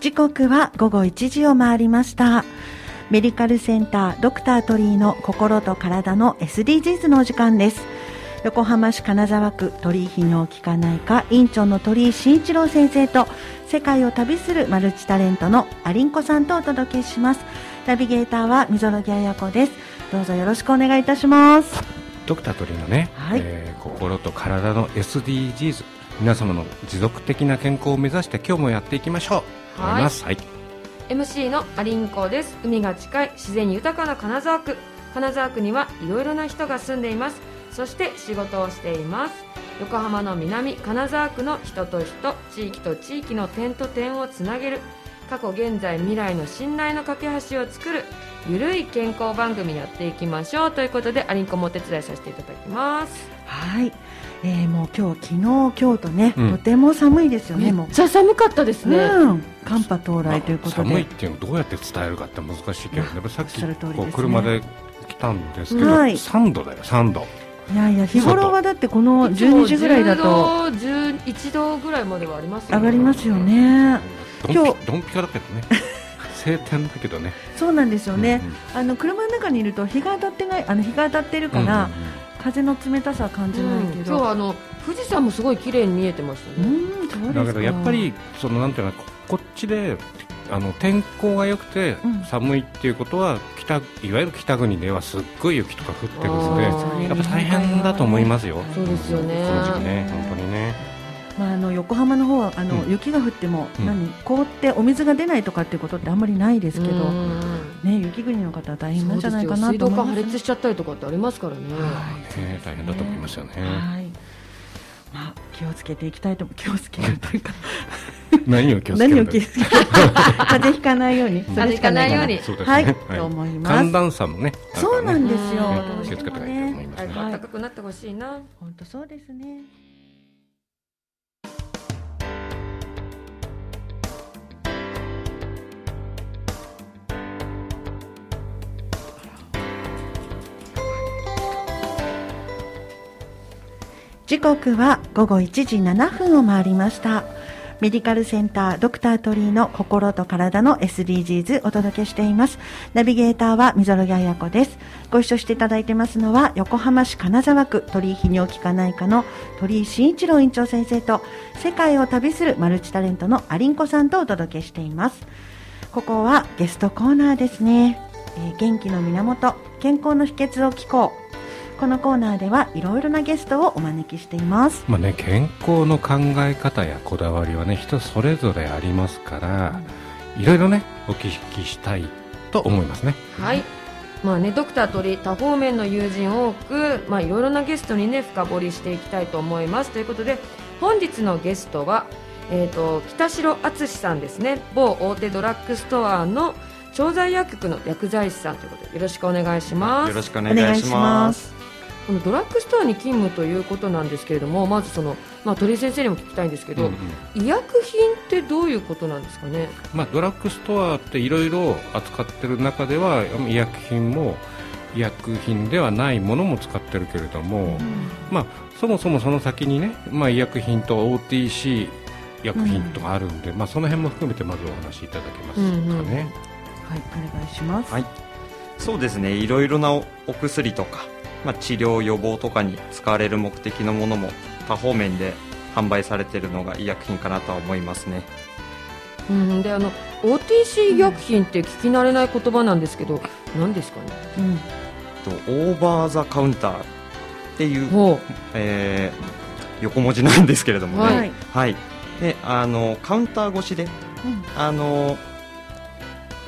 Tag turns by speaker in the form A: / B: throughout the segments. A: 時刻は午後1時を回りましたメディカルセンタードクタートリーの心と体の SDGs のお時間です横浜市金沢区鳥居泌尿器科内科院長の鳥居慎一郎先生と世界を旅するマルチタレントのアリンコさんとお届けしますナビゲーターは溝呂木彩子ですどうぞよろしくお願いいたします
B: ドクター鳥のね、
A: はい
B: えー心と体の SDGs 皆様の持続的な健康を目指して今日もやっていきましょう
C: はい
B: 思いますはい
C: MC のアリンコです海が近い自然豊かな金沢区金沢区にはいろいろな人が住んでいますそして仕事をしています横浜の南金沢区の人と人地域と地域の点と点をつなげる過去現在未来の信頼の架け橋を作るゆるい健康番組やっていきましょうということでアリンコもお手伝いさせていただきます
A: はい、えー、もう今日昨日今日とね、
B: うん
A: とても寒いですよ
C: め
A: ね
C: っ
A: もう
C: ちゃ寒かったですね、
A: うん、寒波到来ということで、
B: 寒いっていうのをどうやって伝えるかって難しいけど、ね、さっき
A: おっしゃる通りですね
B: こう車で来たんですけど、
A: はい
B: 3度だよ3度
A: いやいや日頃はだってこの
C: いつも
A: 12時ぐらいだと
C: 10度11度ぐらいまではありますよ
A: 上がりますよね
B: ドン
A: 今
B: ピドンピカだけ どね晴天だけどね
A: そうなんですよね
B: う、んうん
A: あの車の中にいると日が当たってないあの日が当たってるから、風の冷たさは感じないけ
C: 今日
A: ど、
C: はあの富士山もすごい綺麗に見えてました
A: うん、
C: ね、
A: そううんです
B: だ
A: か
B: けどやっぱりそのなんていうのここっちであの天候が良くて
A: うん
B: 寒いっていうことは北いわゆる北国ではすっごい雪とか降ってるので
C: あー
B: やっぱ大変だと思いますよ
C: そうですよね
B: この時期ね本当にね
A: まあ、あの横浜の方はあの、
B: うん
A: 雪が降っても、
B: うん
A: 何凍ってお水が出ないとかっていうことってあんまりないですけど、
C: うんうん
A: ね、雪国の方は大
C: うん
A: 変なんじゃないかな
C: そうですよ
A: と思い
C: 水道管
A: ま
C: 破
A: す、
C: 裂しちゃったりとかってありますからね、
B: ね大変だと思いますよね
A: はい、まあ、気をつけていきたいと 気をつけるというか
B: 何を気をつけ
A: 何
B: る
A: を
B: んだ
A: 気をつけ風邪ひかないように
B: うん
A: それしかないから
C: 風邪ひかないように
B: そうですね
A: はい、
B: はい
A: と思います
B: 寒暖差もねある
A: そう
B: から
A: なん
B: ね
A: ですよ、
C: うん
A: どう
B: 気を
A: し
B: つ
A: て
B: けた
A: も
B: らいいと思い
A: ね
B: ますね
C: 暖かくなってほしいな、
A: 本当そうですね時刻は午後1時7分を回りましたメディカルセンタードクタートリーの心と体の SDGs お届けしていますナビゲーターは溝呂彩子ですご一緒していただいてますのは横浜市金沢区鳥居泌尿器科内科の鳥居慎一郎院長先生と世界を旅するマルチタレントのアリンコさんとお届けしていますここはゲストコーナーですね、えー元気の源健康の秘訣を聞こうこのコーナーではいろいろなゲストをお招きしています
B: まあね、健康の考え方やこだわりはね人それぞれありますから、いろいろねお聞きしたいと思いますね
C: はいまあね、ドクター鳥多方面の友人多く、まあ、いろいろなゲストにね深掘りしていきたいと思いますということで本日のゲストは、えー、と北城敦さんですね某大手ドラッグストアの調剤薬局の薬剤師さんということでよろしくお願いします
D: よろしくお
A: お
D: 願いします。
A: す
C: このドラッグストアに勤務ということなんですけれどもまずその、まあ、鳥居先生にも聞きたいんですけ
B: う
C: ど、
B: んうん
C: 医薬品ってどういうことなんですかね
B: まあ、ドラッグストアっていろいろ扱ってる中では医薬品も医薬品ではないものも使ってるけれども、まあ、そもそもその先にね、まあ、医薬品と OTC 薬品とかあるんで、まあ、その辺も含めてまずお話しいただけますかね、
A: はいお願いします、
D: はいそうですね。いろいろなおお薬とか、まあ、治療予防とかに使われる目的のものも多方面で販売されているのが医薬品かなとは思いますね。
C: うん、であの OTC 医薬品って聞き慣れない言葉なんですけど、何ですかね
A: うん
D: とオーバーザカウンターっていう、
C: ほ
D: えー横文字なんですけれどもね。
C: は
D: はいい。で、あのカウンター越しで、
A: うん
D: あの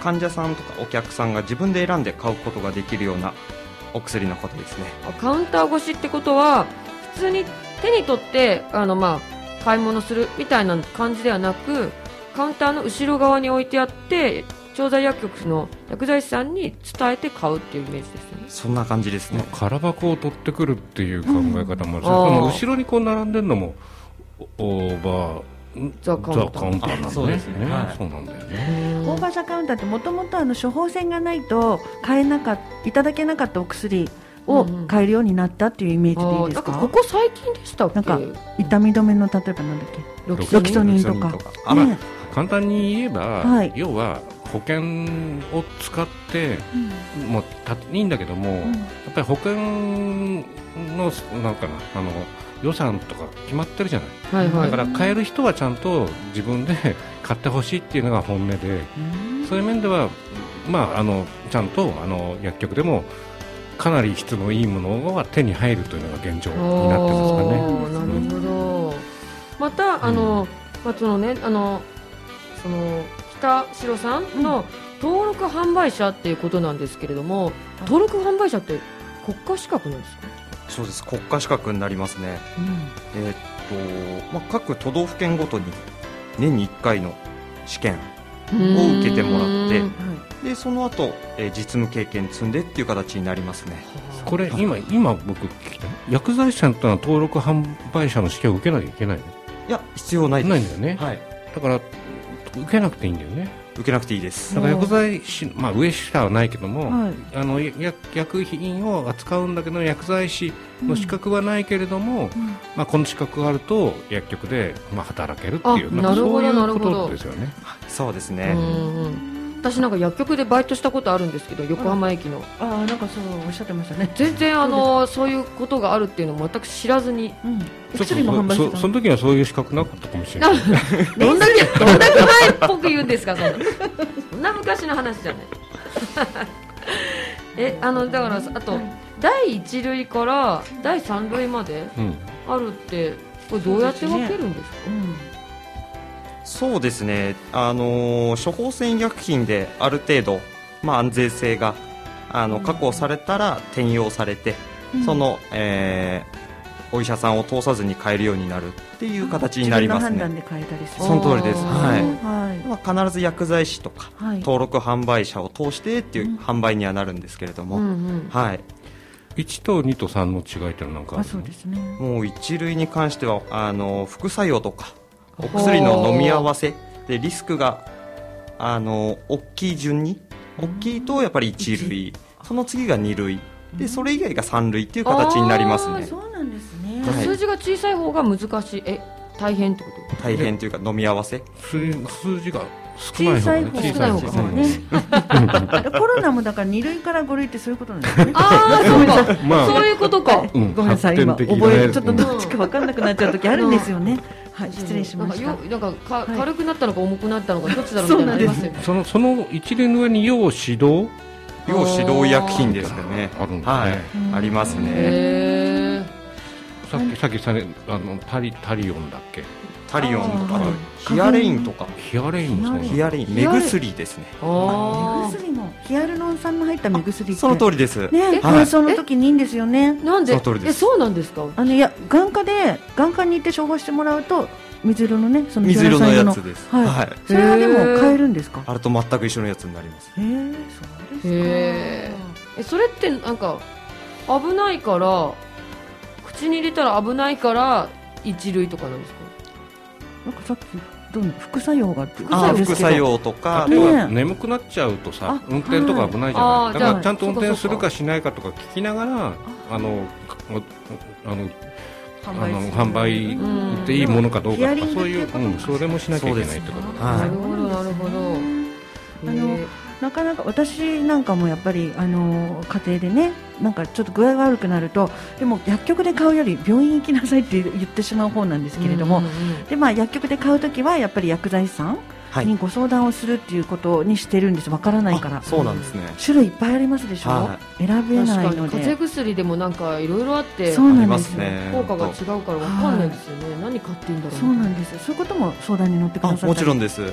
D: 患者さんとかお客さんが自分で選んで買うことができるようなお薬のことですね。
C: うカウンター越しってことは普通に手に取ってあの、まあ、買い物するみたいな感じではなくカウンターの後ろ側に置いてあって調剤薬局の薬剤師さんに伝えて買うっていうイメージですよね
D: そんな感じですね。
B: 空箱を取ってくるっていう考え方もあるし、
C: うん
B: この
C: あー
B: 後ろにこう並んでるのもオーバー
C: ザカウンター
B: ザカウンターなん
D: あそうですねはい
B: そうなんだよね
A: オーバーザカウンターってもともとあの処方箋がないと買えなかっいただけなかったお薬を
C: うんうん
A: 買えるようになったっていうイメージでいいです
C: あ
A: か,、
C: なんかここ最近でしたっけ
A: なんか痛み止めの例えばなんだっけ
C: ロキ
A: ロ
C: ソ
A: キ
C: ニ
A: ソ
C: ン
A: ニンとか
D: ロキソニンとかあまあ
A: ね
B: 簡単に言えば、
A: はい
B: 要は保険を使ってもうたいいんだけども、
A: ん
B: やっぱり保険のなんかなあの予算とか決まってるじゃない、
C: はいは
B: だ
C: い
B: から買える人はちゃんと自分で 買ってほしいっていうのが本音で、そういう面では、まあ、あのちゃんとあの薬局でもかなり質のいいものが手に入るというのが現状になってますかね。
C: おーなるほど。またあの、まあそのねあのその北城さんの登録販売者っていうことなんですけれども、登録販売者って国家資格なんですか？
D: そうです国家資格になりますねえーっと、まあ、各都道府県ごとに年に1回の試験を受けてもらって
C: うーん
D: でその後、えー実務経験積んでっていう形になりますね
B: これ今今僕聞きたい薬剤師さんというのは登録販売者の試験を受けなきゃいけないの、
D: いや必要ないです
B: ないんだよね、
D: はい、
B: だから受けなくていいんだよね
D: 受けなくていいです
B: だから薬剤師、まあ、上下はないけども、
A: はい
B: あの薬薬品を扱うんだけど薬剤師の資格はないけれども、まあ、この資格があると薬局で、まあ、働けるっていう
C: あなるほ
B: そ
C: ど
B: う
C: なる
B: いう
C: ほ
B: こ
C: ど
B: とですよね
D: そうです
C: う
D: ね、
C: んうん私なんか薬局でバイトしたことあるんですけど横浜駅の
A: ああなんかそうおっしゃってましたね。
C: 全然あのそういうことがあるっていうのを全く知らずに
A: うん。お
B: ちょっと
A: 薬も販売して
B: そ
A: た。
B: その時はそういう資格なかったかもしれない
C: どんだけ、どんだけ前っぽく言うんですか、そんな。そんな昔の話じゃない。 え、あの、だからさ、あと、第一類から第三類まで
B: うん
C: あるって、これどうやって分けるんですか。
A: うん。
D: そうですね、あのー処方箋医薬品である程度、まあ、安全性があの確保されたら転用されて、その、えーお医者さんを通さずに買えるようになるっていう形になります
A: 自分の
D: ね、
A: 判断で変えたりする。
D: その通りです
C: おー
D: はい
A: はい。
D: まあ、必ず薬剤師とか
A: はい。
D: 登録販売者を通してっていううん販売にはなるんですけれども、
C: うんうん。
D: はい、
B: 1と2と3の違いって何かあ
A: あ
B: る
A: そう
B: の
A: ですね。
D: もう一類に関してはあの副作用とかお薬の飲み合わせでリスクがあの大きい順に大きいとやっぱり一類その次が二類でそれ以外が三類っていう形になります
C: あー
D: ね
A: そうなんですね。
D: はい
C: 数字が小さい方が難しい。え、大変ってこ
D: 大変というか飲み合わせ
B: 数数字が少ない方がね
C: 小さい方
B: 小
C: が
B: さい方がね
A: ね。コロナもだから二類から五類ってそういうことなんですね
C: と。。ああ、そうか。
B: まあ
C: そういうことか。
B: うん
A: ごめんなさい、今
B: 発展的
A: 覚え
B: ね
A: ちょっとどっちか分かんなくなっちゃう時あるんですよね。はい、失礼しました
C: なん。かよなんかか
A: はい
C: 軽くなったのか重くなったのかどっちだろうみたいになりますよね。
B: そのその一連の上に要指導
D: 要指導医薬品ですよね
B: あるんだ
D: は
B: ね
D: いありますね
C: へえ。
B: さっきさっきさねあのタリタリオンだっけ
D: タリオンと
B: あ
D: かあ
B: ー
D: とヒアレインとか
B: ヒアレインもそうなん
D: ヒ
B: だ
D: アレイン目薬ですね
C: あ
A: 目
C: あ。
A: 薬もヒアルロン酸の入った目薬って
D: その通りで
A: ね、
D: す
C: え
A: 乾燥の時にいいんですよね。
C: なんで
D: その通りです
C: えそうなんですか
A: あのいや眼科で眼科に行って処方してもらうと水色のねその
D: 水色のやつ
A: ヒアルロン酸
D: です
A: はい
D: はい
A: それはでも
C: へー
A: 変えるんですか。
D: あれと全く一緒のやつになります
A: へえ、そうですか。
C: へえそれってなんか危ないから口に入れたら危ないから一類とかなんですか
A: なんかさっきどうも副作用が副
D: あー
A: です
D: 副
A: けど
D: 作用とか
B: あと
A: ね
B: は眠くなっちゃうとさ
A: あ
B: 運転とか危ないじゃないいだか
C: は
A: あーじゃあ
B: らちゃんと運
C: そ
B: 転
C: うかそ
B: す
C: うか
B: るかしないかとか聞きながらあのおあのあの販売
C: うん
B: でいいものかどう
A: ヒ
B: か
A: ア
B: と
A: リ
B: か
A: ング
B: そういう
A: っていうこと
B: うんそれもしなきゃいけないってことだ
D: はい
C: なるほどなるほど
A: あの
C: へえ
A: なかなか私なんかもやっぱりあの家庭でねなんかちょっと具合悪くなるとでも薬局で買うより病院行きなさいって言ってしまう方なんですけれども、
C: うんうんうん
A: でまあ、薬局で買うときはやっぱり薬剤師さん
D: はい
A: にご相談をするっていうことにしてるんですわからないから
D: あそうなんですね
A: 種類いっぱいありますでしょ、
D: は
A: 選べないの
C: 確かに風邪
A: で
C: 薬でもなんかいろいろあって
A: そうなんですよ
D: ありますね
C: 効果が違うからわかんないですよね何買っていいんだろう
A: そうなん
C: へ
A: ですよそういうことも相談に乗ってくださ
D: あ
A: ったり
D: もちろんですも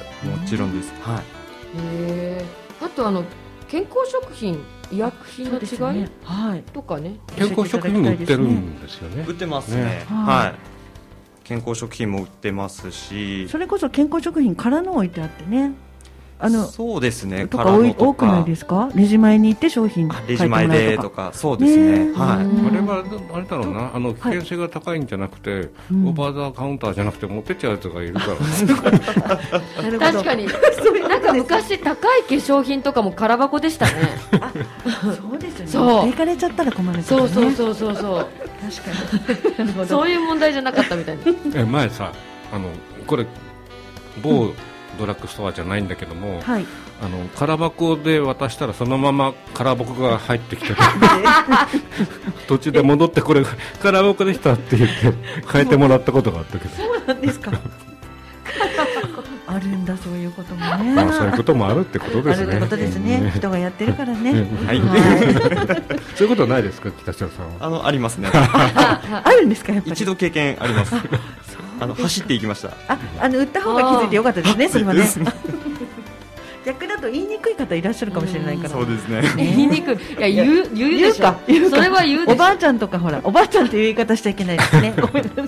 D: ちろんですはい
C: えあとあの健康食品医薬品
A: そうですよ
C: の違い
A: ねはい
C: とかね
B: 健康食品も売ってるんですよね
D: 売ってますね
B: ね
A: はい
D: はい健康食品も売ってますし
A: それこそ健康食品からの置いてあってねあの
D: そうですね
A: と
D: カ
A: か
D: ラ
A: 多い
D: ノと
A: 多くない
D: か
A: ですかレジ前に行って商品
D: あ
A: 書
D: レ
A: いて
D: ジ
A: もら
D: 前
A: う
D: で
A: と
D: と
A: か
D: かそうですね
A: ね
D: は
B: あ
C: うん
B: れはでもあれだろうなあの危険性が高いんじゃなくて、
A: うん
B: オーバーザカウンターじゃなくて持ってっちゃうやつがいるから
A: なるほど
C: 確かになんか昔高い化粧品とかも空箱でしたね
A: そうですよね
C: そう
A: 持っていかれちゃったら困るからね
C: そうそうそうそうそう
A: 確かになるほど
C: そういう問題じゃなかったみたいな
B: え前さあのこれ某ドラッグストアじゃないんだけども、
A: はい。
B: あの空箱で渡したらそのまま空箱が入っ てきて途中で戻ってこれ空箱でしたって言って変えてもらったことがあったけど
A: そうなんですか。 あるんだそういうこともね。
B: まあそういうこともあるってことで
A: あ
B: す
A: るっ
B: ね
A: てことです
B: うん
A: ね。人がやってるから ね。
D: はい
A: はい
B: そういうことはないですか北島さんは
D: あのあ りますね
A: あるんですかやっぱり。
D: 一度経験ありますあの走っていきました
A: あ、あの売った方が気づいてよかったですね、それはね。
D: ですね
A: 逆だと言いにくい方いらっしゃるかもしれないから。
D: そうですね
A: ね
C: 言いにくい。いや、言う、言う
A: 言
C: で
A: う
C: しょ
A: か、言う。か
C: それは言うで
A: お
C: しょ。
A: ばあちゃんとかほら、おばあちゃんっていう言い方しちゃいけ ないですね。ごめんなさい。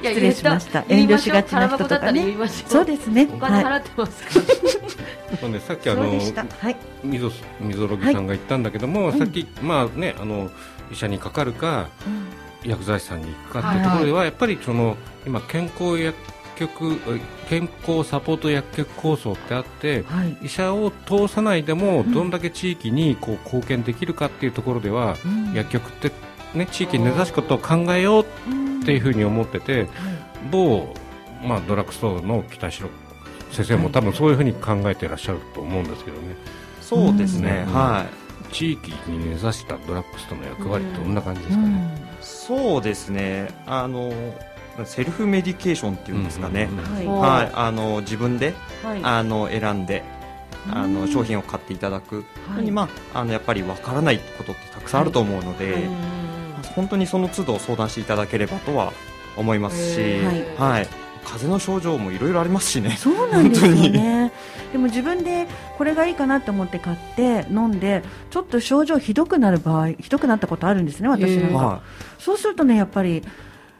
C: いや
A: 失礼しました
C: 言った
A: 遠慮しがちな人とかね
C: 空箱だったら言いましょう
A: そうですね。
C: お金
A: は
C: 払
A: い。
C: ってますから。
B: そうねさっきあ
A: そう
B: の
A: でした。はい。
B: みぞみぞろぎさんが言ったんだけども、
A: はい
B: さっき、まあねあの医者にかかるか
A: うん
B: 薬剤師さんに行くかっていうところでは、やっぱりその今健康薬局え健康サポート薬局構想ってあって、
A: はい。
B: 医者を通さないでもどんだけ地域にこう貢献できるかっていうところでは、
A: うん
B: 薬局って、ね、地域に根ざすことを考えようっていうふうに思ってて某、まあ、ドラッグストアの北城先生も多分そういうふうに考えてらっしゃると思うんですけどね
D: そうですね、
B: うん
D: はい
B: 地域に根ざしたドラッグストアの役割ってどんな感じで
A: う
B: すか
A: ん
B: ね、
D: そうですねあのセルフメディケーションっていうんですかね、
B: うんうん
A: はい。
C: うん
D: はい、あの自分で
C: はい。
D: あの選んであ
A: う
D: の
A: ん
D: 商品を買っていただくの
A: はい
D: に、まあ、あのやっぱりわからないことってたくさんあると思うので、
C: うん
D: 本当にその都度相談していただければとは思いますし、
C: へー
D: はい風邪の症状もいろいろありますしね。
A: そうなんですよね。でも自分でこれがいいかなと思って買って飲んで、ちょっと症状ひどくなる場合、ひどくなったことあるんですね、私なん
C: えー
A: か。
D: は
A: そうするとね、やっぱり、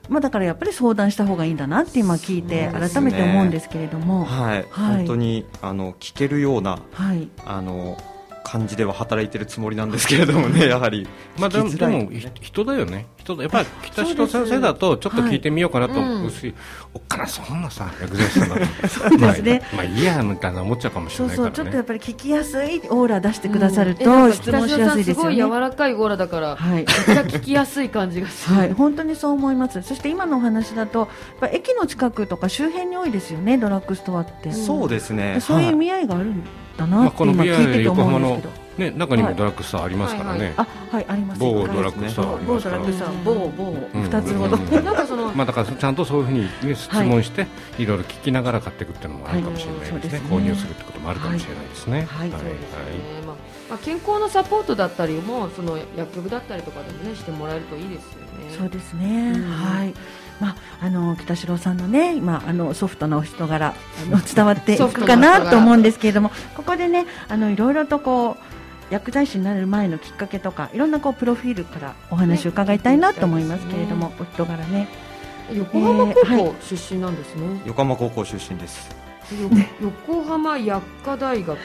A: まあ、だからやっぱり相談した方がいいんだなって今聞いて、
D: そうです
A: 改
D: ね
A: めて思うんですけれど
D: い、
A: も、
D: はい
A: はい
D: 本当にあの聞けるような
A: はい、
D: あの感じでは働いてるつもりなんですけれどもね、やはり。
B: まあ、でも
D: 聞き
B: で
D: づらい
B: もひ人だよね人だやっぱり北城先生だとちょっと聞いてみようかなと思うし、おっかなそんなさ薬剤師さんだ とそう
A: ですね
B: まあ、まあいいやみたいな思っちゃうかもし
A: そ
B: れ
A: う
B: ない
A: そ
B: か
A: う、ちょ
B: ら
A: っ
B: ね
A: とやっぱり聞きやすいオーラ出してくださる
C: えなん
A: と、
C: か
A: 質問しやすいです
C: 北島さんすごい
A: よ
C: 柔
A: ね。
C: らかいゴーラ だから、
A: はい
C: めっちゃ聞きやすい感じがする。
A: はい、本当にそう思います、そして今のお話だと、やっぱ駅の近くとか周辺に多いですよね、ドラッグストアって、
C: ん
D: そうですね。
A: そういう
D: は
A: 意
D: い
A: 味合いがあるんだ
B: ま
A: な
B: あ、
A: って
B: この
A: 今
B: b
A: 聞い
B: i
A: てて
B: 横
A: 思う
B: 浜
A: んで
B: の
A: すけど、、
B: ね、中にもドラッグストアありますからね、
A: あはい、あります
B: 某
A: 一回
B: ドラッグストアあり
A: 某
B: ま
A: ド
B: す
A: ラ
B: か
A: ッ
B: ら
A: グストア、某某
B: うん
A: 二つほど、
B: うん
C: なんかその、
B: まあ、だからちゃんとそういうふうに、ね、質問して、い、ろいろ聞きながら買っていくっていうのもあるかもしれないですね,、
A: はい
B: 購入するってこともあるかもしれないですね。
A: はいはい
B: はい
A: そうで
C: えーまあまあ、健康のサポートだったりもその薬局だったりとかでもねしてもらえるといいですよね。
A: そうですね、
C: うん
A: はい。まあ、あの北城さんのね、今あのソフトなお人柄あ の伝わってい
C: ソフ
A: く
C: ト
A: か
C: なお
A: な
C: 人柄
A: と思うんですけれども、ここでね、あのいろいろとこう薬剤師になる前のきっかけとか、いろんなこうプロフィールからお話を伺いたいなと思いますけれども、お人柄ね。
C: 横浜高
A: えーは
C: 校出身なんですね。
D: 横浜高校出身です。
C: よ横浜薬科大学。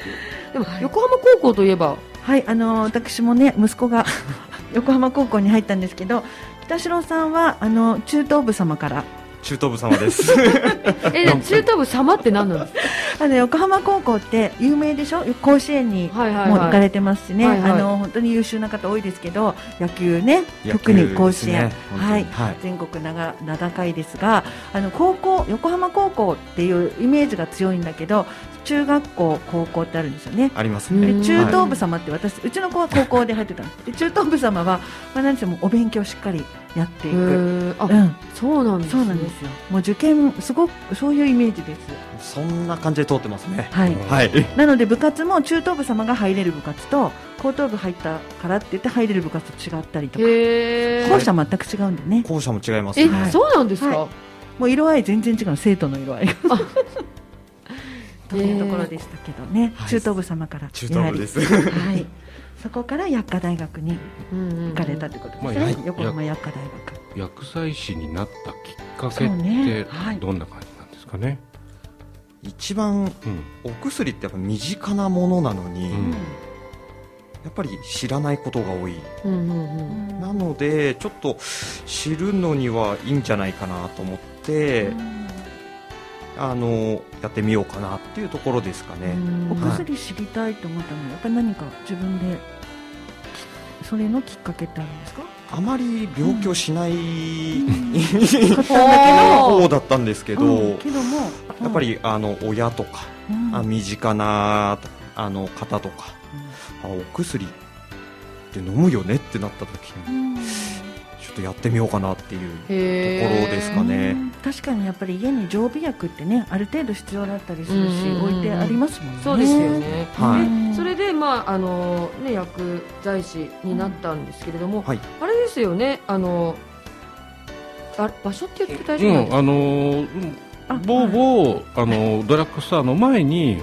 C: でも、
A: はい
C: 横浜高校といえば、
A: はい、あの私もね息子が 横浜高校に入ったんですけど、北城さんはあの中等部様から
D: 中等部様 です。
C: えー、中等部様って何なんですか。
A: あの横浜高校って有名でしょ甲子園に
C: はいはい
A: もう行か
C: はい。
A: れてますしね、
C: はいはい
A: あの本当に優秀な方多いですけど野球ね
D: 野
A: 特
D: 球
A: に甲
D: です
A: 子
D: ね
A: 園、はい
D: 本
A: 全国長名高いですがあの高校横浜高校っていうイメージが強いんだけど中学校高校ってあるんですよね。
D: あります
C: う
A: で
D: ね。
C: ん
A: 中等部様って私、うちの子は高校で入ってたんですで中等部様は、まあ、何せもうお勉強しっかりやってい
C: へ
A: く、うん、
C: ーあ、そうなんです、
A: そうなんですよもう受験すごくそういうイメージです、
D: そんな感じで通ってますね。
A: はい、
D: はい。
A: なので部活も中等部様が入れる部活と後頭部入ったからって言って入れる部活と違ったりとか
C: へえ。
A: 校舎は全く違うんでね
D: 校舎も違います
C: え、
D: ね。
C: そうなんですか。
A: はもう色合い全然違うの生徒の色合いがというところでしたけどね、
D: はい
A: 中等部様から
D: 中等部です。
A: やはり、はい、そこから薬科大学に
C: うんうんうん
A: 行かれたということですね、
B: まあや
A: 横浜薬科大
B: 薬剤師になったきっかけ
A: そうね
B: っ
A: はい
B: てどんな感じなんですかね。
D: 一
B: う
D: 番
B: ん
D: お薬ってやっぱ身近なものなのに、
B: うん
D: やっぱり知らないことが多い。
C: うんうんうん。
A: 学
D: なので、ちょっと知るのにはいいんじゃないかなと思って、あの、やってみようかなっていうところですかね。
A: お
C: うん
A: 薬知りたいと思ったのはやっぱり何か自分できそれのきっかけってあるんですか
D: あまり病気をしない、
C: おー
D: 方だったんですけど、
A: うんけども、
D: やっぱ
A: り、
D: りあの親とか、
A: うん
D: あ身近なあの方とか、あお薬って飲むよねってなった時
A: う
D: に
A: ん
D: ちょっとやってみようかなっていう
C: へえ
D: ところですかね
A: うん確かにやっぱり家に常備薬ってねある程度必要だったりするし、
C: うんうんうん
A: 置いてありますもんね
C: そうですよね、
D: はい
A: うん
C: でそれで、まああのね、薬剤師になったんですけれども、
D: はい
C: あれですよねあのあ場所って言って大丈夫
B: う
C: なん
B: ん、
C: ですか、
B: あのー
A: あ
B: 某某あのードラッグストアの前に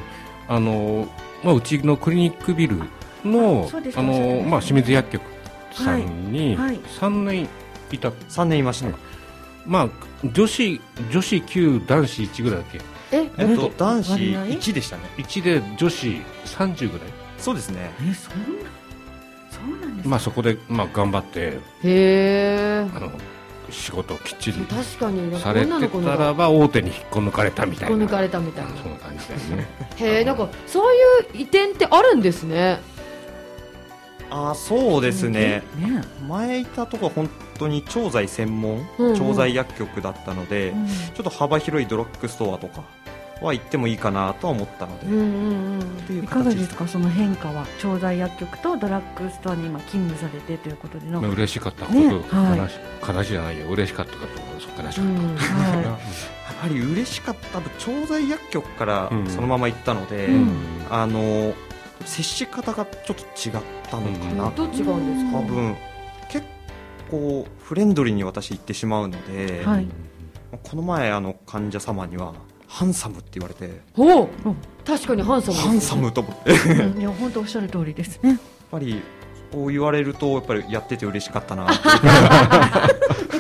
B: あのー、まあ、うちのクリニックビルの
A: あそうです
B: あの
A: そうです
B: ー、まあ、清水薬局さんに
A: はいはい
B: 3年いた、
D: 3年いました、
B: うんまあ、女子女子9男子1ぐらいだっけ
C: え
D: えっと
B: えっと
D: 男子
A: 割合
D: 1でしたね
B: 1で女子30ぐらい、
D: そうですね
A: えそんなそうなんですか、
B: まあ、そこで、まあ、頑張って
C: へえ
B: あの仕事をきっちり
C: 確かになんか
B: され
C: 女
B: て
C: の子
B: た
C: の
B: ら
C: が
B: ば大手に引っこ抜かれたみたい
C: 引っこ
B: な
C: 抜かれたみたいな
B: そんな感じだよね
C: へえなんかそういう移転ってあるんですね
D: あそうですね
A: ね
D: 前いたとこは本当に調剤専門、
C: うんうん
D: 調剤薬局だったので、
A: うん
D: ちょっと幅広いドラッグストアとかは行ってもいいかなとは思ったので、
C: うん
D: っ
C: うんうん
D: ていう
A: いかが
D: 形
A: で
D: ですす
A: かその変化は調剤薬局とドラッグストアに今勤務されてということでの、
B: まあ嬉しかったこと、
A: ねはい
B: 悲し悲しいじゃないよ嬉しかったこと悲しかったこと、
C: うん
A: は
D: やはり嬉しかった調剤薬局から
B: うん
D: そのまま行ったので、
A: うん
D: あの接し方がちょっと違ったのかな、
B: うん
C: どっちがあるんですか
D: 多分結構フレンドリーに私行ってしまうので、
A: はい
D: この前あの患者様にはハンサムって言われて
C: おう
A: うん
C: 確かにハンサムですね
D: ハンサムと思ってやっ
A: いうんいや本当おっしゃる通りですね
D: ぱりこう言われるとやっぱりやってて嬉しかったなって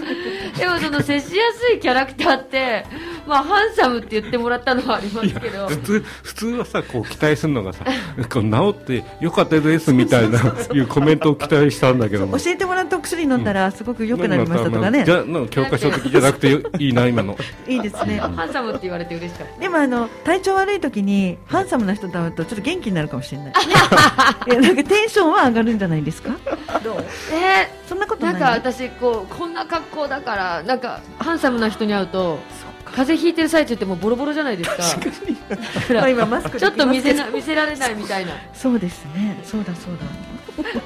C: でもその接しやすいキャラクターってまあハンサムって言ってもらったのはありますけど
B: 普通普通はさこう期待するのがさ こう治ってよかったですみたいないうコメントを期待したんだけども
A: 教えてもらったお薬飲んだらすごく良くなりましたとかね
B: じゃの教科書的じゃなくてよいいな今 の
A: いいですね
C: ハンサムって言われて嬉しかっ
A: でもあの体調悪い時にハンサムな人と会うとちょっと元気になるかもしれ ないいやなんかテンションは上がるんじゃないですか
C: たどうえ
A: そんなこ
C: ー
A: とな
C: ないんか私こうこんな格好だからなんかハンサムな人に会うと
A: そっ
C: 風邪ひいてる最中ってもうボロボロじゃないですか
A: かまあ今マスク
C: ちょっと見せ
A: できます
C: な見せられないみたいな
A: けどそうですねそうだそうだ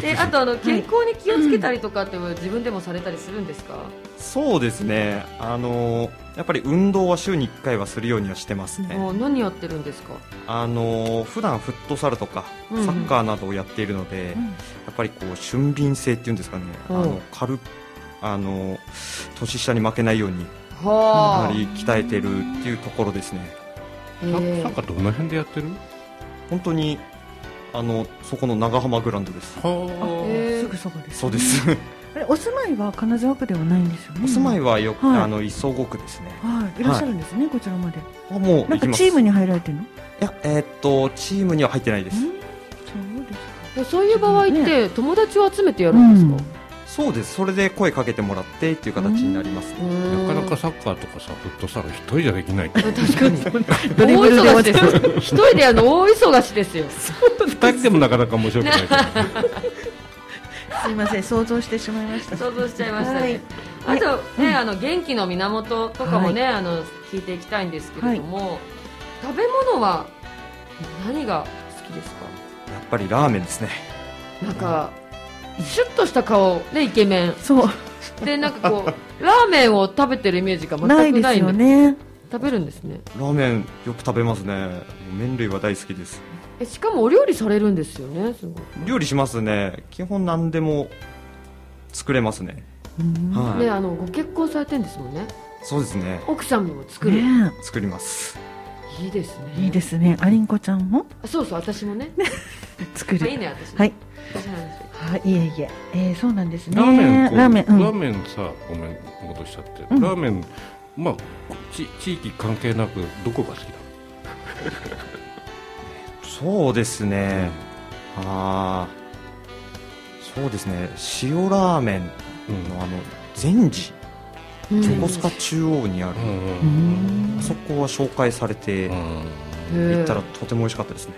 C: であとあの健康に気をつけたりとかっても自分でもされたりするんですか、
D: そうですねあのやっぱり運動は週に1回はするようにはしてますね
C: もう何やってるんですか
D: あの普段フットサルとか
C: うんうん
D: サッカーなどをやっているので、
A: うん
D: やっぱりこう俊敏性っていうんですかね、
C: うん
D: あの軽くあの年下に負けないようにか
C: は
D: なり鍛えてるっていうところですね
C: え
B: サ
C: ー
B: ッカーどの辺でやってる
D: 本当にあのそこの長浜グラウンドです
B: は
C: えー
A: すぐそばです
D: そうです
A: あれお住まいは金沢区ではないんですよね
D: お住まいはよく、
A: はい
D: あの磯子区ですね
A: はいいらっしゃるんですねこちらまで
D: あもう
A: な
D: 行
A: ん
D: き
A: か
D: ます
A: チームに入られてるの
D: いやえーっとチームには入ってないです、
A: うんそうですか
C: でそういう場合って友達を集めてやるんですか、
D: そうですそれで声かけてもらってっていう形になりますね、
B: あなかなか
C: か
B: サッカーとかさフットサル一人じゃできないから
A: ドリブルで
C: 大忙
A: 終
C: しで
A: わっ
C: す よ一人でやるの大忙しですよ
B: 二人でもなかなか面白くないから
A: すいません想像してしまいました
C: 想像しちゃいましたね、
A: はい
C: あとね、あの元気の源とかもね、あの聞いていきたいんですけれども、食べ物は何が好きですか
D: やっぱりラーメンですね
C: なんか、シュッとした顔ねイケメン
A: そ
C: でなんかこうラーメンを食べてるイメージが
A: う
C: 全くな
A: ないい
C: んで
A: ですよね
C: 食べるんですね
D: ラーメンよく食べますね麺類は大好きです
C: えしかもお料理されるんですよねすごい
D: 料理しますね基本何でも作れますね、
A: うん
D: はい、
C: ねあのご結婚されてんですもんね
D: そうですね
C: 奥さんも作る、
A: ね
D: 作ります
C: いいですね
A: えいいですねありんこちゃんも
C: あそうそう 私もね
A: 作
C: あ
A: る
C: いいね私
A: はい
C: 私なんですよ
A: はい、いえいええー、そうなんですね。
B: ラーメンこう
A: ラーメン、うん
B: ラーメンさごめん戻しちゃって、
A: ん
B: ラーメンまあち地域関係なくどこが好き
D: そうです
B: だ、
D: ね、ああそうですね塩ラーメン
B: うん
D: のあの善寺
C: うん
D: 横須賀中央にある、
B: う
A: うんん
D: あそこは紹介されて
B: うん
C: へー
D: 行ったらとても美味しかったですね、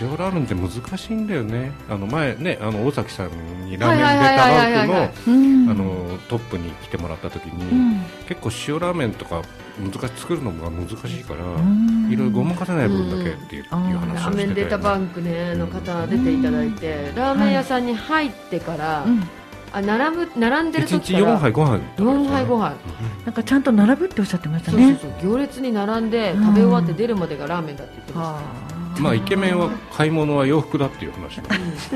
B: 塩ラーメンって難しいんだよねあの前ねあの大崎さんにラー
C: は
B: メ
C: い
B: ン
C: はいはいはいは
B: ベ
C: い
B: タ
C: は
B: ラー
C: い
B: ク
A: うん
B: のあのトップに来てもらった時に、
A: うん
B: 結構塩ラーメンとか難し作るのが難しいから、
A: うん
B: いろいろごまかせない分だけっていう,、
A: うん
B: いう
A: あー
B: 話
C: ラ
B: を
C: ーメ
B: し
C: ン
B: てて
C: データバンク、ね、の方出ていただいてラーメン屋さんに入ってから、
A: うん
C: あ並ぶ並んでる
B: 1
C: 時
B: 日
C: から
B: 4杯5杯
C: 4杯5
B: 杯
C: 杯
A: なんかちゃんと並ぶっておっしゃってました
C: そうそう
A: ね。
C: そう行列に並んで食べ終わって出るまでがラーメンだって言ってま
A: は
B: まあイケメンは買い物は洋服だっていう話なんで
C: し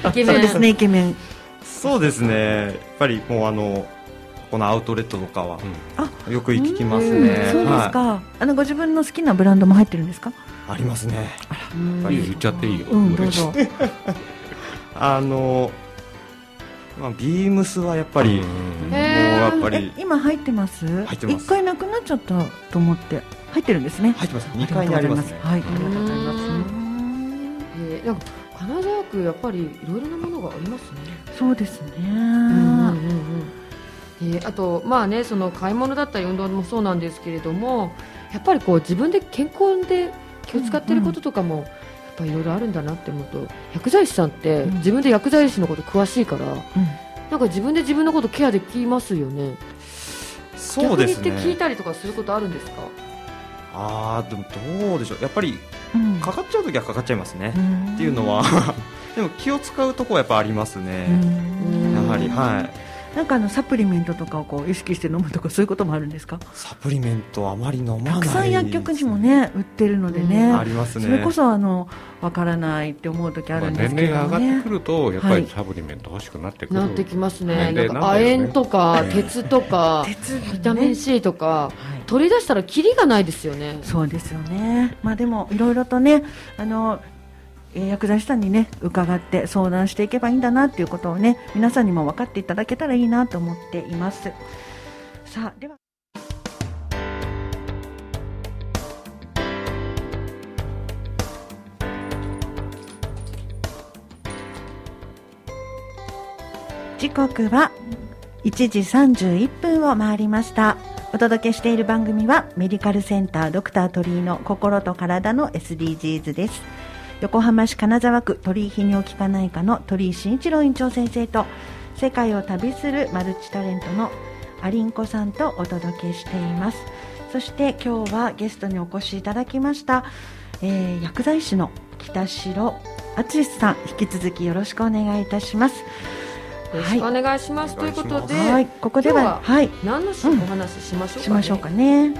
C: た、イ
A: あ
C: ケメ
A: そう
C: ン
A: ですね、イケメン。
D: そうですね、やっぱりもうあのこのアウトレットとかはよく聞きま
A: う
D: す
A: んそう
D: ね、
A: ですか、
D: は
A: あのご自分の好きなブランドも入ってるんですか。
D: い、ありますね、
C: うん
B: いいよ言っちゃっていいよ、
A: うん、どうぞ。
D: あの、まあ、ビームスはやっぱり、も
B: うん
D: うやっぱ
A: え
D: り、
A: 今入ってます。
D: 入ってます
A: 一回なくなっちゃったと思って、入ってるんですね。
D: 入ってます、2階にありますね、
A: はい、ありがとうございます。
C: うえーなんか金沢区やっぱりいろいろなものがありますね。
A: そうですね。
C: うんうんうんえーあとまあねその買い物だったり運動もそうなんですけれどもやっぱりこう自分で健康で気を使ってることとかも、やっぱいろいろあるんだなって思うと薬剤師さんって
A: うん
C: 自分で薬剤師のこと詳しいから、
A: うん
C: なんか自分で自分のことケアできますよね
D: そうです
C: 逆にって聞い
D: ね、
C: たりとかすることあるんですか
D: あー、でもどうでしょう、やっぱり
A: うん
D: かかっちゃうときはかかっちゃいますね、
A: ん
D: っていうのは、 でも気を使うとこはやっぱあります
A: う
D: ね、
A: ん
D: やはり、はい。
A: なんかあのサプリメントとかをこう意識して飲むとかそういうこともあるんですか
D: サプリメントあまり飲まない
A: たくさん薬局にもね売ってるのでね、
C: うん
D: ありますね
A: それこそあのわからないって思う時あ
B: ま
A: る
B: あ
A: んで
B: 年
A: すけ
B: 齢
A: ど
B: が上がって
A: ね
B: く。るとやっぱ
A: は
B: り
A: い
B: サプリメント欲しくなってくる、
C: なってきますね
B: 年齢
C: なん
B: なん
C: か
B: だ
C: 亜
B: よね
C: 鉛とか
D: ええ
C: 鉄とか
A: 鉄分ね
C: ビタミン C とか
A: はい
C: 取り出したらキリがないですよね
A: そうですよね。まあでもいろいろとねあの。えー薬剤師さんにね伺って相談していけばいいんだなっていうことをね皆さんにも分かっていただけたらいいなと思っていますさあでは時刻は1時31分を回りましたお届けしている番組はメディカルセンタードクター鳥居の心と体の SDGs です横浜市金沢区鳥居泌尿器科内科の鳥居慎一郎院長先生と世界を旅するマルチタレントのアリンコさんとお届けしていますそして今日はゲストにお越しいただきました、えー薬剤師の北城敦さん引き続きよろしくお願いいたします
C: よろしくお願いします、
D: はい
C: ということで、
A: はい、ここでは
C: 今日は
A: はい
C: 何のしお話ししましょうか、ね
A: しましょうかね。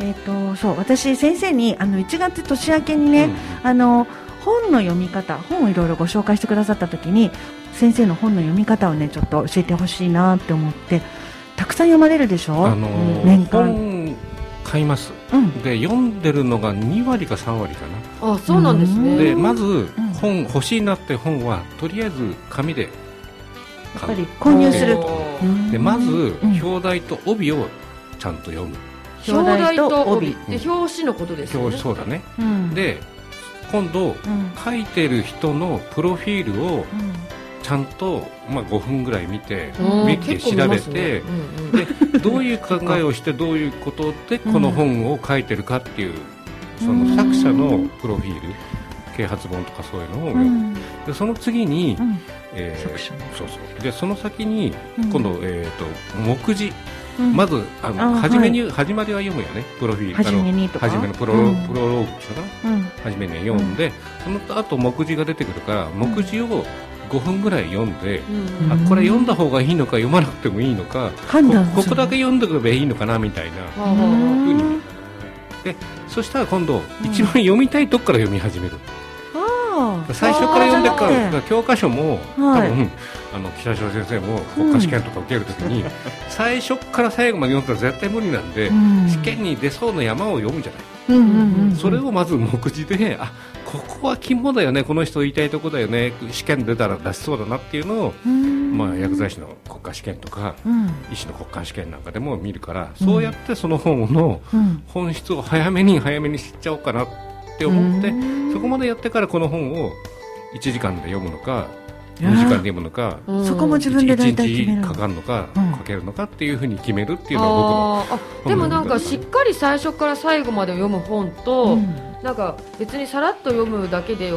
A: えっ、とそう私先生にあの1月年明けにね、あの本の読み方本をいろいろご紹介してくださった時に先生の本の読み方をねちょっと教えてほしいなって思ってたくさん読まれるでしょ。
B: あのー
A: 年間
B: 本買います
A: うん。
B: で読んでるのが2割か3割かな
C: あそうなんです
A: うん
C: ね
B: でまず本欲しいなって本はとりあえず紙で
A: やっ
B: 買
A: ぱ
B: う
A: り購入する
C: お
A: と。
C: ー
A: うん
B: でまず
A: うん
B: 表題と帯をちゃんと読む、
C: 表題と帯
A: 表
B: 帯と帯
C: で表紙のことですよ
B: 表
C: ね
B: そうだね
A: うん、
B: で今度
A: うん
B: 書いてる人のプロフィール
A: う
B: を
A: ん
B: ちゃんと、まあ、5分ぐらい見て
C: うん
B: ウィキで
C: 結構見
B: 調
C: ま
B: べ
C: すね
B: て、
C: うんうん
B: でどういう考えをしてどういうことでこの本を書いてるかっていうそ
A: うん
B: の作者のプロフィール啓発本とかそういうのを
A: う
B: 読む、
A: ん
B: でその次に
A: う、ん
B: えー
A: 作者の
B: そうそうでその先に
A: うん
B: 今度、えー、と目次、
A: うん
B: まずあの
A: あー
B: 初めに、始まりは読むよねプロフィール
A: 初め
B: あ
A: にと
B: の
A: か
B: 初めのプロ,、
A: うん
B: プロローグっていうのかな
A: うん
B: 初めに読んで、その後目次が出てくるから目次を5分ぐらい読んで、
C: うん
B: あこれ読んだ方がいいのか読まなくてもいいのか
A: 判断
B: ここ
A: す
B: こ
A: る
B: だけ読んでくればいいのかなみたいな
C: はあは
B: ふうに
A: うん
B: でそしたら今度、一番読みたいとこから読み始める
A: あー
B: 最初から読んでるか
A: あーじゃなく
B: ら
A: て
B: 教科書も、
A: はい
B: 多分あの北朝先生も国家試験とか受けるとき に、最初から最後まで読んだら絶対無理なんで、
A: うん
B: 試験に出そうな山を読むじゃない、
A: うんうんうん、
B: それをまず目次であここは肝だよねこの人言いたいとこだよね試験出たら出しそうだなっていうのを、
A: うん、
B: まあ、薬剤師の国家試験とか
A: うん
B: 医師の国家試験なんかでも見るから、そうやってその本の
A: うん
B: 本質を早めに早めに知っちゃおうかなって思って、そこまでやってからこの本を1時間で読むのか
A: い
B: 2
A: やー
B: 時間で読むのか
C: あうん
A: そこも自
B: 1
A: 分で大体決め
B: 日
A: る
B: かかるのか、
A: うん
B: かけるのかっていうふうに決めるっていうのは
C: あーあでもなんかしっかり最初から最後まで読む本
A: う
C: と、
A: ん
C: なんか別にさらっと読むだけで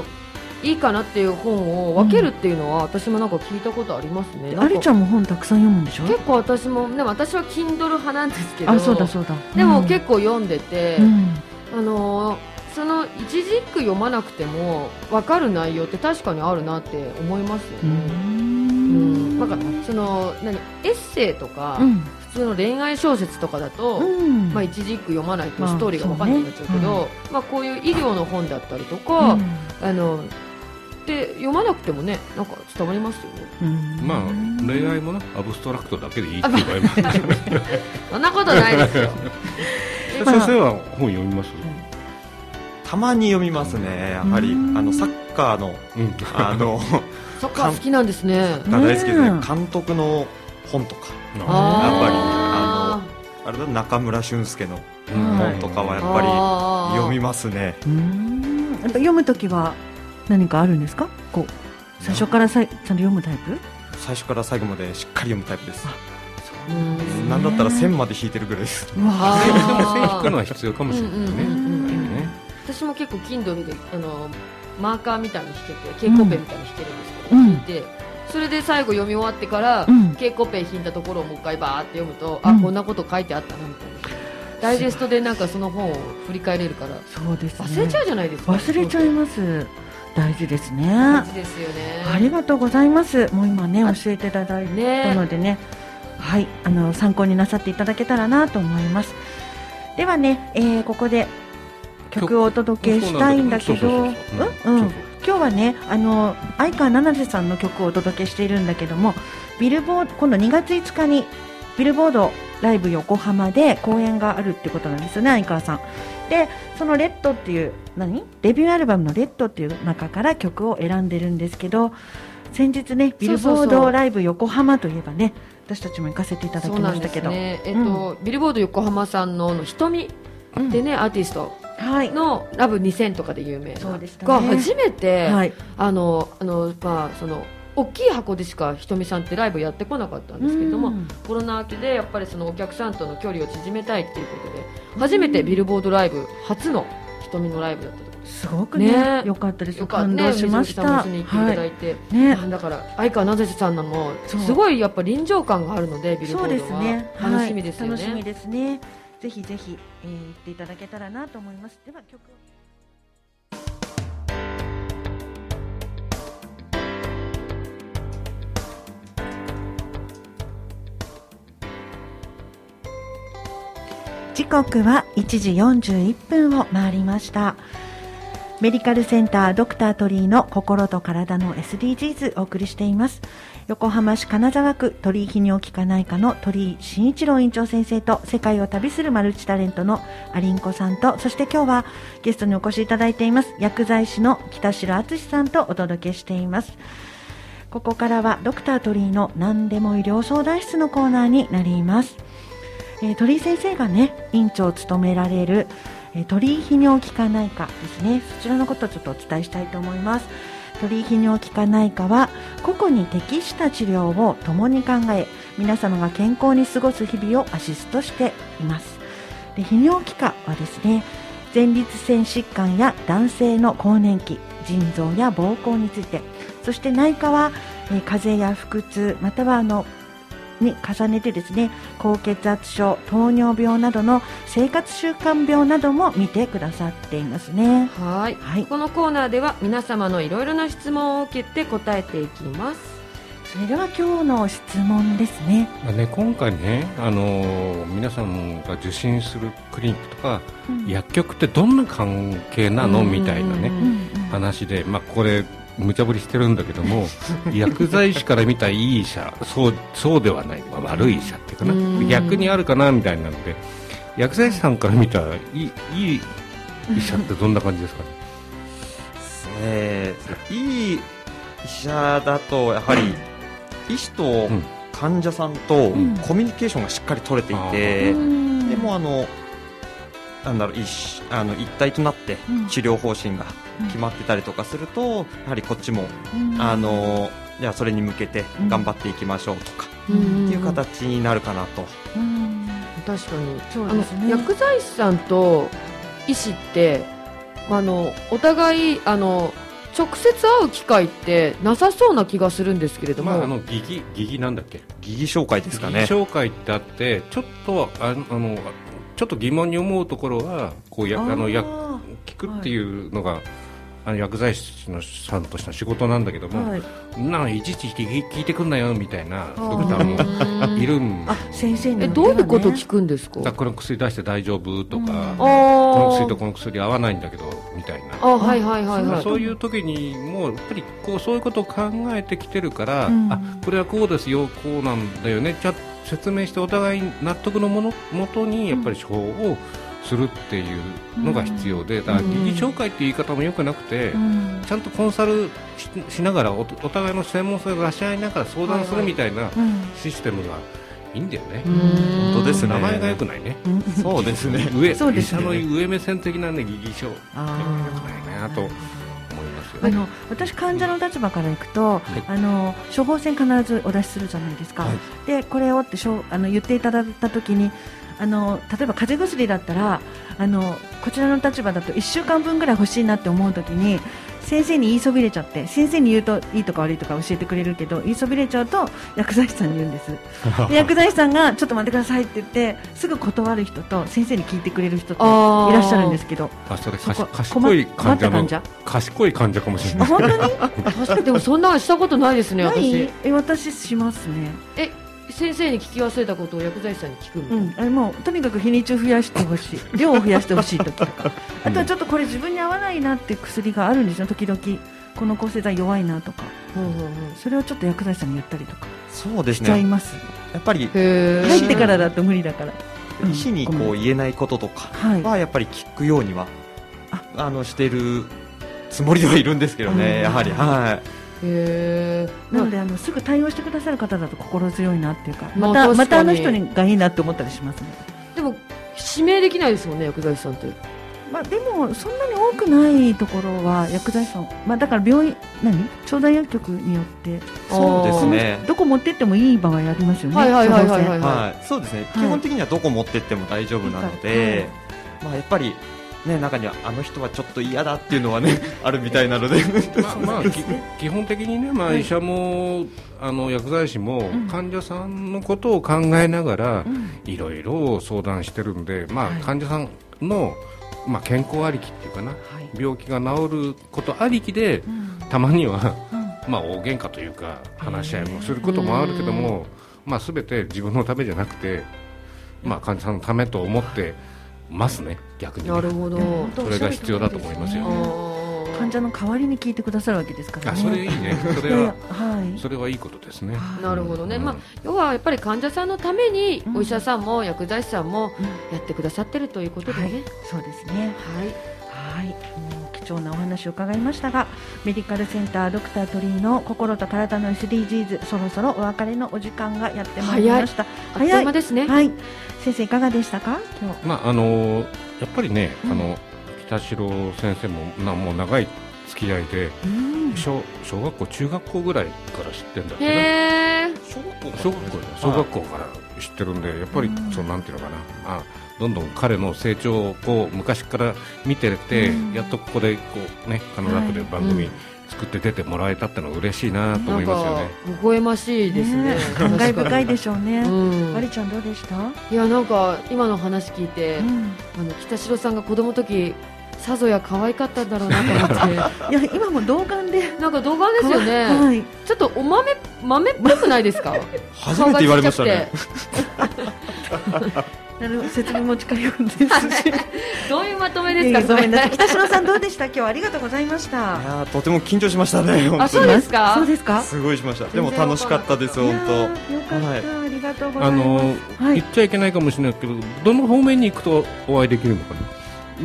C: いいかなっていう本を分けるっていうのは私もなんか聞いたことありますね、
A: ありちゃ
C: ん
A: ん
C: か
A: も本たくさん読むんでしょ
C: 結構私もでも私は Kindle 派なんですけど
A: あそうだそうだ
C: でも
A: うん
C: 結構読んでて、
A: うん
C: あのーその一字一句読まなくても分かる内容って確かにあるなって思いますよ
A: う
C: ね、うん
A: ん
C: なんかその何エッセイとか、
A: うん
C: 普通の恋愛小説とかだと、
A: うん
C: まあ、一字一句読まないと
A: まあ
C: ストーリーが分かんなくなっちゃうけど、
A: そう
C: まあ、こういう医療の本だったりとか、あので読まなくてもねなんか伝わりますよね
A: うん
B: まあ恋愛もなアブストラクトだけでいいって言われま す先
C: そんなことないですよ
A: まあ
B: 生は本読みます
D: たまに読みますねやはりあ
A: うん
D: のサッカーの
B: うん
D: あの
C: そっか好きなんですね
D: 大好きですね
A: うん
D: 監督の本とか
C: あ
D: あれだ中村俊輔の
B: うん
D: 本とかは
C: ー
D: やっぱり
C: あー
D: 読みますね
A: うんやっぱ読むときは何かあるんですかこう最初からさいちゃんと読むタイプ
D: 最初から最後までしっかり読むタイプです
C: うん
A: ね
D: なんだったら線まで引いてるぐらいです
A: うわ
C: あ
B: でも線
C: ー
B: 引くのは必要かもしれないね
C: うんうんうんうん
B: やっぱりね
C: 私も結構 Kindle であのマーカーみたいに弾けて蛍光ペンみたいに弾けるんですけど、
A: うん
C: 弾いてそれで最後読み終わってから、
A: うん
C: 蛍光ペン引いたところをもう一回バーって読むと、
A: う
C: あ
A: ん
C: こんなこと書いてあったなみたいなダイジェストでなんかその本を振り返れるから
A: そうですね
C: 忘れちゃうじゃないですか
A: 忘れちゃいます大事ですね
C: 大事ですよね
A: ありがとうございますもう今ね教えていただいたのでねはいあの参考になさっていただけたらなと思いますではね、えーここで曲をお届けしたいんだけど
B: そううんそうそうそう
A: う
B: そ
A: ん
B: うそう
A: 今日はねあの相川七瀬さんの曲をお届けしているんだけどもビルボード今度2月5日にビルボードライブ横浜で公演があるってことなんですよね相川さんでその「レッドっていう何デビューアルバムの「レッドっていう中から曲を選んでるんですけど先日ねビルボ
C: そ
A: ー
C: うそうそ
A: ド
C: う
A: ライブ横浜といえばね私たちも行かせていただき
C: そう
A: ま
C: な
A: し
C: ん
A: た
C: です
A: けど、
C: ね、えっとビルボード横浜さんのあの瞳
A: うん
C: でね、アーティスト
A: はい
C: の「ラブ2000」とかで有名な
A: そうでしたね
C: が初めて、
A: はい
C: あのあのまあその大きい箱でしかひとみさんってライブやってこなかったんですけれども、
A: うん
C: コロナ明けでやっぱりそのお客さんとの距離を縮めたいっていうことで初めてビルボードライブ初のひとみのライブだったと
A: すごくね
C: ね
A: 良かったですよ
C: よかった
A: 感動しまし
C: ね、
A: た、
C: 水口さんも一緒に行っていただいて、
A: いね
C: あだから相川なぜさんのも
A: そう
C: すごいやっぱ臨場感があるのでビルボ
A: そう
C: ー
A: で
C: ド
A: す
C: は、
A: ね。
C: 楽しみですよね、
A: はい楽しみですね。ぜひぜひ、えー、行っていただけたらなと思います。では曲を。時刻は1時41分を回りました。メディカルセンタードクタートリーの心と体の SDGs お送りしています。横浜市金沢区鳥居泌尿器科内科の鳥居慎一郎院長先生と世界を旅するマルチタレントのアリンコさんと、そして今日はゲストにお越しいただいています薬剤師の北城敦さんとお届けしています。ここからはドクター鳥居の何でも医療相談室のコーナーになります。えー鳥居先生がね院長を務められる、えー鳥居泌尿器科内科ですねそちらのことをちょっとお伝えしたいと思います鳥居泌尿器科内科は個々に適した治療を共に考え皆様が健康に過ごす日々をアシストしていますで泌尿器科はですね前立腺疾患や男性の更年期腎臓や膀胱についてそして内科は、えー風邪や腹痛またはあのに重ねてですね高血圧症糖尿病などの生活習慣病なども見てくださっていますね
C: はい
A: はい
C: このコーナーでは皆様のいろいろな質問を受けて答えていきます
A: それでは今日の質問ですね
B: まあね、今回ね、あのー皆さんが受診するクリニックとか、薬局ってどんな関係なの、
C: うん
B: みたいなね、
C: うん
B: 話で、まあ、これ無茶ぶりしてるんだけど も薬剤師から見たいい医者そうそうではない、まあ、悪い医者っていうかな、
C: うん
B: 逆にあるかなみたいなので薬剤師さんから見たいいいい医者ってどんな感じですかね
D: えーいい医者だとやはり医師と
B: うん
D: 患者さんと
A: ん
D: コミュニケーションがしっかり取れていて、でもあのなんだろう一緒あの一体となって
A: うん
D: 治療方針が決まってたりとかすると、やはりこっちも、あのじゃあそれに向けて頑張っていきましょうとか、っていう形になるかなと、
C: 確かに
A: そう
C: あ
A: です
C: の
A: ね
C: 薬剤師さんと医師ってあのお互いあの直接会う機会ってなさそうな気がするんですけれども、
B: まあ、あの疑義疑義なんだっけ
D: 疑義紹介ですかね
B: 疑義紹介ってあってちょっとあのあのちょっと疑問に思うところはこうやあのや
A: あ
B: 聞くっていうのが、あの薬剤師のさんとした仕事なんだけど
A: ー
B: も、
A: はい
B: なんかいちいち聞き聞いてくんなよみたいなドクタ
C: う
B: ーも
C: ん
B: いるんだ
A: あ先生に
C: え
A: よって
C: ど
A: は
C: う
A: ね
C: いうこと聞くんですか
B: からこの薬出して大丈夫とか、
A: うん
B: この薬と
C: あ
B: この薬合わないんだけどみたいな
C: あはいはいはいはい
B: そういう時にもやっぱりこうそういうことを考えてきてるから、
A: うん
B: あこれはこうですよこうなんだよねじゃあ説明してお互い納得のものもとにやっぱり処方をするっていうのが必要で、だから
C: うん
B: 疑義紹介っていう言い方もよくなくて、
A: うん
B: ちゃんとコンサルししながらおお互いの専門性を出し合いながら相談するみたいな
A: うん
B: システムがいいんだよね、
C: 本
D: 本当ですね
B: 名前がよくないね
D: そうですね
B: 上
A: そうで
B: 医
A: す
B: 者
A: ね
B: の上目線的なね疑義書
A: あ
B: 良くないなと思いますよ
A: ーあの私、患者の立場からいくと、
B: はい
A: あの処方箋必ずお出しするじゃないですか、
D: はい
A: でこれをってしょうあの言っていただいたときにあの例えば風邪薬だったらあのこちらの立場だと1週間分ぐらい欲しいなって思うときに先生に言いそびれちゃって先生に言うといいとか悪いとか教えてくれるけど言いそびれちゃうと薬剤師さんに言うんです で薬剤師さんがちょっと待ってくださいって言ってすぐ断る人と先生に聞いてくれる人ってい
C: あー
A: らっしゃるんですけど
B: あそれ
A: そ
B: かし
A: こ
B: 賢い
A: 困っ困
B: 患
A: った
B: 者
A: 患
B: の
A: 者
B: 賢い患者かもしれ
A: あ
B: ない
A: 本当に
C: 確かにでもそんなのしたことないですね
A: ない
C: 私
A: え私しますね
C: え先生に聞き忘れたことを薬剤師さんに聞くみた
A: う
C: いな、
A: ん、あれもうとにかく日にちを増やしてほしい量を増やしてほしい時とかあとはちょっとこれ自分に合わないなっていう薬があるんですよ時々この抗生剤弱いなとか
C: うんうんうん
A: それをちょっと薬剤師さんに言ったりとか
D: そうです
A: しちゃい
D: ね
A: ます、
D: やっぱり
C: へー
A: 入ってからだと無理だからうん
D: 医師に
A: ご
D: こう
A: めん
D: 言えないこととか
A: はい
D: はやっぱり聞くようには
A: あ
D: あのしてるつもりではいるんですけど
A: うん
D: ねやはりはい
C: へー
A: なのであのすぐ対応してくださる方だと心強いなっていうか
C: まあ
A: また
C: 確かに
A: またあの人にがいいなって思ったりしますね
C: でも指名できないですもんね薬剤師さんって
A: まあ、でもそんなに多くないところは薬剤師さん、まあ、だから病院何調剤薬局によって
D: そうですね
A: どこ持ってってもいい場合ありますよね
C: はいはいはいは
A: 処方
C: いはい
A: 箋
D: はい、そうですね、
A: い
D: 基本的にはどこ持ってっても大丈夫なので、まあ、やっぱり、ね、中にはあの人はちょっと嫌だっていうのはねあるみたいなので、
B: まあまあき基本的にね、まあ、医者も、あの薬剤師も
A: ん
B: 患者さんのことを考えながら
A: ん
B: いろいろ相談してるんで、ま
A: はい
B: あ、患者さんの、まあ、健康ありきっていうかな
A: はい
B: 病気が治ることありきで
A: うん
B: たまには、
A: うん
B: まあ、大喧嘩というか話し合いもすることもあるけども、まあ、全て自分のためじゃなくて、まあ、患者さんのためと思ってますね逆にね、
C: なるほど、
A: いや本当
B: それが必要だと思います
A: おっし
B: よ
A: ゃる通りですね
C: あー
A: 患者の代わりに聞いてくださるわけですから
B: あ
A: ね。
B: それいいねそれ
A: いやいや
B: は
A: はい。
B: それはいいことですね
C: なるほどね、
B: うん
C: まあ、要はやっぱり患者さんのために
A: うん
C: お医者さんも薬剤師さんも
A: うん
C: やってくださってるということで
A: はい
C: ね、、
A: そうですね。
C: はい
A: はい、もう貴重なお話を伺いましたが、メディカルセンタードクター鳥居の心と体の SDGs、そろそろお別れのお時間がやってまいりました。
C: あっという間ですね、
A: はい、先生いかがでしたか、今日。
B: まああのやっぱりね、
A: うん
B: あの北城先生もなもう長い付き合いで
A: うん
B: 小小学校中学校ぐらいから知ってるんだ
C: へ
B: け
C: え
D: 小学校
B: ど小学校だ小学校から知ってるんでやっぱり
A: うん
B: そのなんていうのかなあどんどん彼の成長をこう昔から見てて、
A: うん
B: やっとここでこうねカノラクで番組作って出てもらえたってのは嬉しいなと
C: な
B: 思い
C: ん
B: ますよ
C: か
B: ね。
C: 微笑ましいですね
A: ね感慨深いで
C: し
A: しょうね。
C: うん
A: マリちゃんどうでした？
C: いやなんか今の話聞いて、
A: うん
C: あの北城さんが子供の時さぞや可愛かったんだろうなと思 っ
A: いや今も童顔で。
C: てなんか動画ですよね、
A: はい。
C: ちょっとお豆豆っぽくないですか
D: 初めて言われましたね
C: 顔がちっちゃく
A: なるほど説明持ち帰ようですし。
C: てどういうまとめ
A: い
C: で
A: やい
C: す
A: やご
C: か
A: め
C: それ
A: んなさい北城さんどうでした今日はありがとうございまし
D: い
A: た
D: やーとても緊張しましたね
C: あ
D: 本
C: そ
D: 当
C: う
D: に
C: ですか
A: そうですか
D: すごいしましたでも楽しかったです
A: いや
D: 本
A: ーよかった、ありがとうござ
B: あ
A: いま
B: の、
A: すはい
B: 言っちゃいけないかもしれないけどどの方面に行くとお会いできるのかな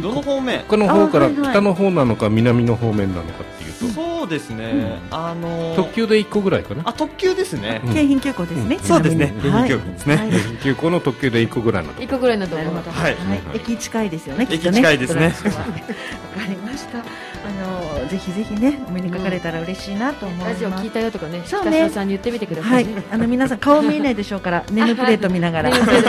D: 当どの方面
B: この方か
A: あ
B: ら
A: はいはい
B: 北の方なのか南の方面なのかっていうと
D: そうですね、あのー
B: 特急で1個ぐらいかな
D: あ特急ですね、
B: うん
A: 京浜急行ですね、
B: うん
D: そうですね
A: ちなみに
D: 京浜急行ですね
A: はい
B: 連休この特急で1個ぐらいのと
C: 一個ぐらいのところ
A: なるほど
D: は
A: は
D: い
A: い
B: はい
A: 駅近いですよねきっ
D: 駅
A: とね
D: 近いですね
A: わかりましたあのぜひぜひねお目にかかれたら嬉しいなと思います、
C: ラジオ聞いたよとかね
A: そう
C: 北
A: ね
C: 城さんに言ってみてくださ
A: はいい
C: ね、、
A: あの皆さん顔見えないでしょう から、ネームプレート見ながら。
C: ネームプレー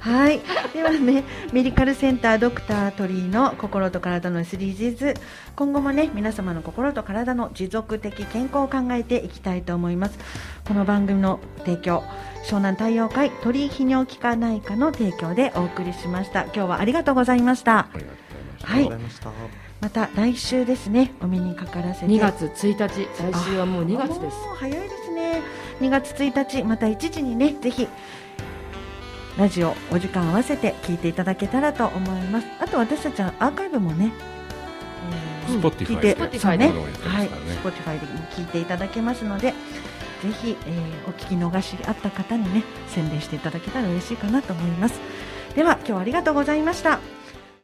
A: はい、ではね、メディカルセンタードクター鳥居の心と体の SDGs 今後もね皆様の心と体の持続的健康を考えていきたいと思いますこの番組の提供湘南太陽会鳥居泌尿器科内科の提供でお送りしました今日はありがとうございました
B: ありがとうございました。
A: はい
D: ありがとうございました。
A: また来週ですねお目にかからせて
C: 2月1日来週はもう2月です
A: もう早いですね2月1日また1時にねぜひラジオお時間合わせて聞いていただけたらと思いますあと私たちはアーカイブもねえー
B: スポティフ
A: 聞
B: ァ
A: い
B: イ
A: て
B: で、
A: そうね
B: そうね
A: はい、Spotify でも聞いていただけますのでぜひ、えーお聞き逃しあった方にね宣伝していただけたら嬉しいかなと思いますでは今日はありがとうございました